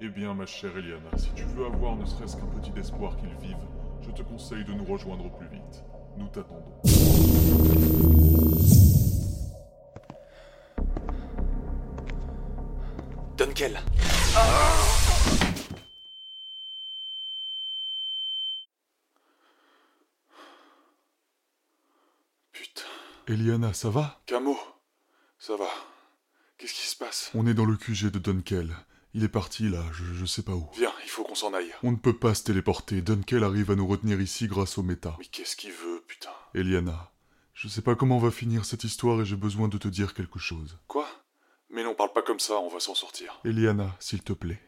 Eh bien, ma chère Eliana, si tu veux avoir ne serait-ce qu'un petit espoir qu'ils vivent, je te conseille de nous rejoindre au plus vite. Nous t'attendons. Dunkel Putain. Eliana, ça va Camo Ça va. Qu'est-ce qui se passe On est dans le QG de Dunkel. Il est parti là, je, je sais pas où. Viens, il faut qu'on s'en aille. On ne peut pas se téléporter. Dunkel arrive à nous retenir ici grâce au méta. Mais qu'est-ce qu'il veut, putain Eliana, je sais pas comment va finir cette histoire et j'ai besoin de te dire quelque chose. Quoi Mais non, parle pas comme ça, on va s'en sortir. Eliana, s'il te plaît.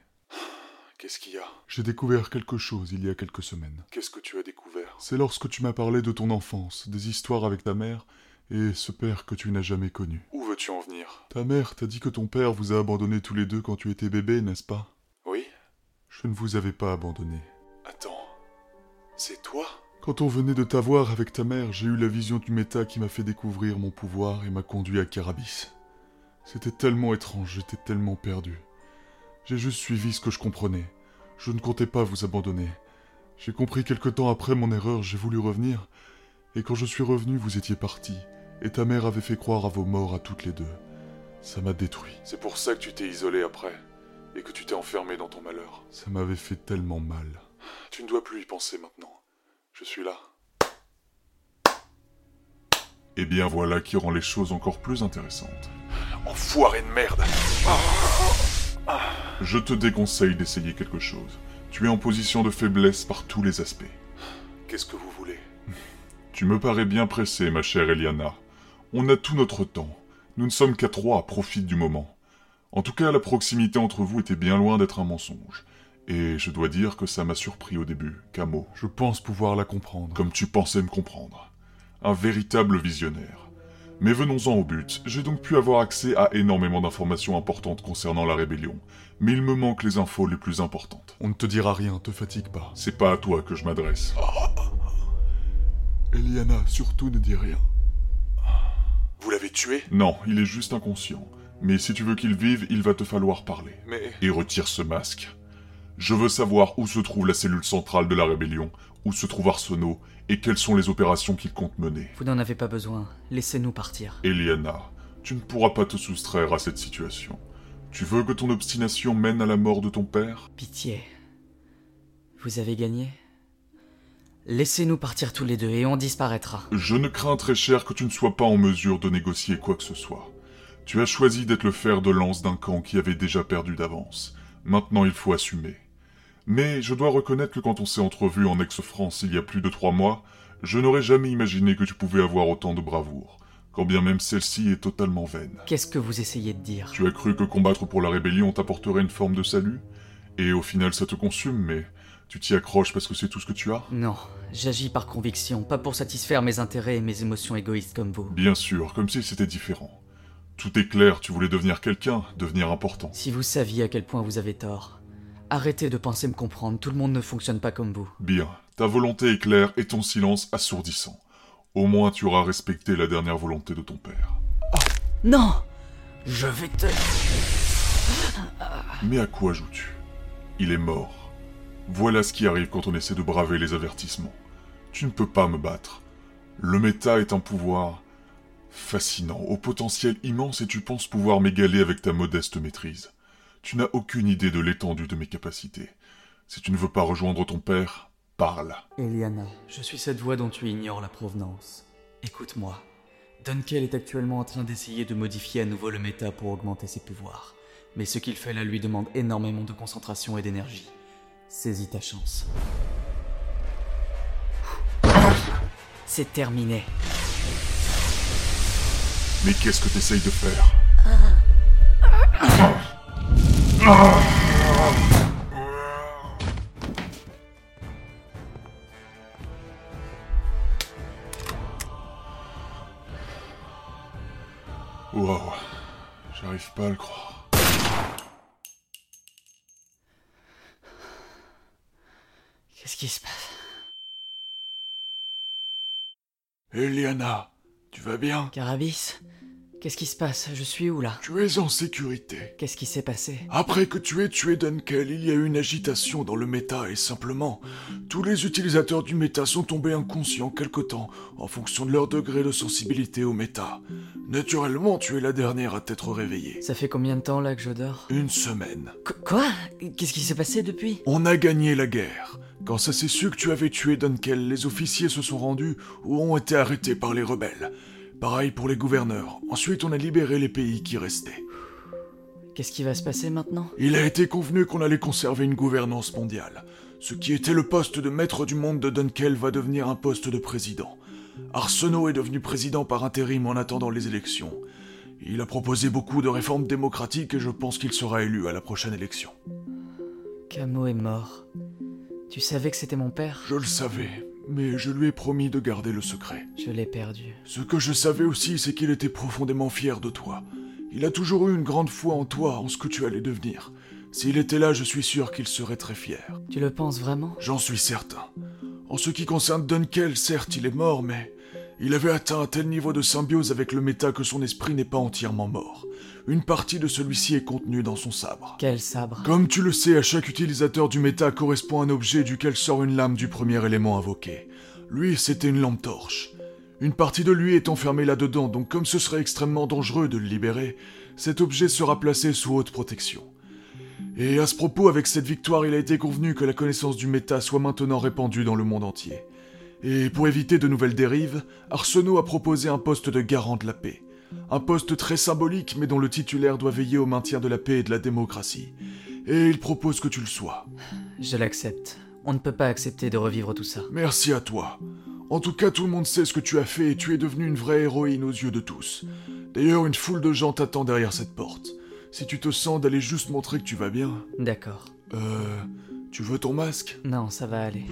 Qu'est-ce qu'il y a J'ai découvert quelque chose il y a quelques semaines. Qu'est-ce que tu as découvert C'est lorsque tu m'as parlé de ton enfance, des histoires avec ta mère et ce père que tu n'as jamais connu. Où veux-tu en venir Ta mère t'a dit que ton père vous a abandonné tous les deux quand tu étais bébé, n'est-ce pas Oui Je ne vous avais pas abandonné. Attends. C'est toi Quand on venait de t'avoir avec ta mère, j'ai eu la vision du méta qui m'a fait découvrir mon pouvoir et m'a conduit à Carabis. C'était tellement étrange, j'étais tellement perdu. J'ai juste suivi ce que je comprenais. Je ne comptais pas vous abandonner. J'ai compris quelque temps après mon erreur, j'ai voulu revenir, et quand je suis revenu, vous étiez partis, et ta mère avait fait croire à vos morts à toutes les deux. Ça m'a détruit. C'est pour ça que tu t'es isolé après, et que tu t'es enfermé dans ton malheur. Ça m'avait fait tellement mal. Tu ne dois plus y penser maintenant. Je suis là. Eh bien voilà qui rend les choses encore plus intéressantes. Enfoiré de merde Je te déconseille d'essayer quelque chose. Tu es en position de faiblesse par tous les aspects. Qu'est-ce que vous voulez Tu me parais bien pressé, ma chère Eliana. On a tout notre temps. Nous ne sommes qu'à trois, profite du moment. En tout cas, la proximité entre vous était bien loin d'être un mensonge. Et je dois dire que ça m'a surpris au début, Camo. Je pense pouvoir la comprendre. Comme tu pensais me comprendre. Un véritable visionnaire. Mais venons-en au but. J'ai donc pu avoir accès à énormément d'informations importantes concernant la rébellion. Mais il me manque les infos les plus importantes. On ne te dira rien, te fatigue pas. C'est pas à toi que je m'adresse. Eliana, surtout ne dis rien. Vous l'avez tué Non, il est juste inconscient. Mais si tu veux qu'il vive, il va te falloir parler. Mais... Et retire ce masque. Je veux savoir où se trouve la cellule centrale de la rébellion, où se trouve Arsenault, et quelles sont les opérations qu'il compte mener. Vous n'en avez pas besoin, laissez-nous partir. Eliana, tu ne pourras pas te soustraire à cette situation. Tu veux que ton obstination mène à la mort de ton père Pitié. Vous avez gagné Laissez-nous partir tous les deux et on disparaîtra. Je ne crains très cher que tu ne sois pas en mesure de négocier quoi que ce soit. Tu as choisi d'être le fer de lance d'un camp qui avait déjà perdu d'avance. Maintenant il faut assumer. Mais je dois reconnaître que quand on s'est entrevu en ex-France il y a plus de trois mois, je n'aurais jamais imaginé que tu pouvais avoir autant de bravoure, quand bien même celle-ci est totalement vaine. Qu'est-ce que vous essayez de dire Tu as cru que combattre pour la rébellion t'apporterait une forme de salut Et au final ça te consume, mais tu t'y accroches parce que c'est tout ce que tu as Non, j'agis par conviction, pas pour satisfaire mes intérêts et mes émotions égoïstes comme vous. Bien sûr, comme si c'était différent. Tout est clair, tu voulais devenir quelqu'un, devenir important. Si vous saviez à quel point vous avez tort, arrêtez de penser me comprendre, tout le monde ne fonctionne pas comme vous. Bien, ta volonté est claire et ton silence assourdissant. Au moins tu auras respecté la dernière volonté de ton père. Non Je vais te... Mais à quoi joues-tu Il est mort. Voilà ce qui arrive quand on essaie de braver les avertissements. Tu ne peux pas me battre. Le méta est un pouvoir fascinant, au potentiel immense et tu penses pouvoir m'égaler avec ta modeste maîtrise. Tu n'as aucune idée de l'étendue de mes capacités. Si tu ne veux pas rejoindre ton père, parle. Eliana, je suis cette voix dont tu ignores la provenance. Écoute-moi. Dunkel est actuellement en train d'essayer de modifier à nouveau le méta pour augmenter ses pouvoirs. Mais ce qu'il fait là lui demande énormément de concentration et d'énergie. Saisis ta chance. C'est terminé. Mais qu'est-ce que t'essayes de faire Wow, j'arrive pas à le croire. Qu'est-ce qui se passe Eliana, tu vas bien Carabis Qu'est-ce qui se passe Je suis où là Tu es en sécurité. Qu'est-ce qui s'est passé Après que tu aies tué Dunkel, il y a eu une agitation dans le méta et simplement, tous les utilisateurs du méta sont tombés inconscients quelque temps en fonction de leur degré de sensibilité au méta. Naturellement, tu es la dernière à t'être réveillée. Ça fait combien de temps là que je dors Une semaine. Qu- Quoi Qu'est-ce qui s'est passé depuis On a gagné la guerre. Quand ça s'est su que tu avais tué Dunkel, les officiers se sont rendus ou ont été arrêtés par les rebelles. Pareil pour les gouverneurs. Ensuite, on a libéré les pays qui restaient. Qu'est-ce qui va se passer maintenant Il a été convenu qu'on allait conserver une gouvernance mondiale. Ce qui était le poste de maître du monde de Dunkel va devenir un poste de président. Arsenault est devenu président par intérim en attendant les élections. Il a proposé beaucoup de réformes démocratiques et je pense qu'il sera élu à la prochaine élection. Camo est mort. Tu savais que c'était mon père Je le savais, mais je lui ai promis de garder le secret. Je l'ai perdu. Ce que je savais aussi, c'est qu'il était profondément fier de toi. Il a toujours eu une grande foi en toi, en ce que tu allais devenir. S'il était là, je suis sûr qu'il serait très fier. Tu le penses vraiment J'en suis certain. En ce qui concerne Dunkel, certes, il est mort, mais il avait atteint un tel niveau de symbiose avec le méta que son esprit n'est pas entièrement mort. Une partie de celui-ci est contenue dans son sabre. Quel sabre Comme tu le sais, à chaque utilisateur du méta correspond un objet duquel sort une lame du premier élément invoqué. Lui, c'était une lampe torche. Une partie de lui est enfermée là-dedans, donc comme ce serait extrêmement dangereux de le libérer, cet objet sera placé sous haute protection. Et à ce propos, avec cette victoire, il a été convenu que la connaissance du méta soit maintenant répandue dans le monde entier. Et pour éviter de nouvelles dérives, Arsenault a proposé un poste de garant de la paix. Un poste très symbolique, mais dont le titulaire doit veiller au maintien de la paix et de la démocratie. Et il propose que tu le sois. Je l'accepte. On ne peut pas accepter de revivre tout ça. Merci à toi. En tout cas, tout le monde sait ce que tu as fait et tu es devenue une vraie héroïne aux yeux de tous. D'ailleurs, une foule de gens t'attend derrière cette porte. Si tu te sens d'aller juste montrer que tu vas bien. D'accord. Euh. Tu veux ton masque Non, ça va aller.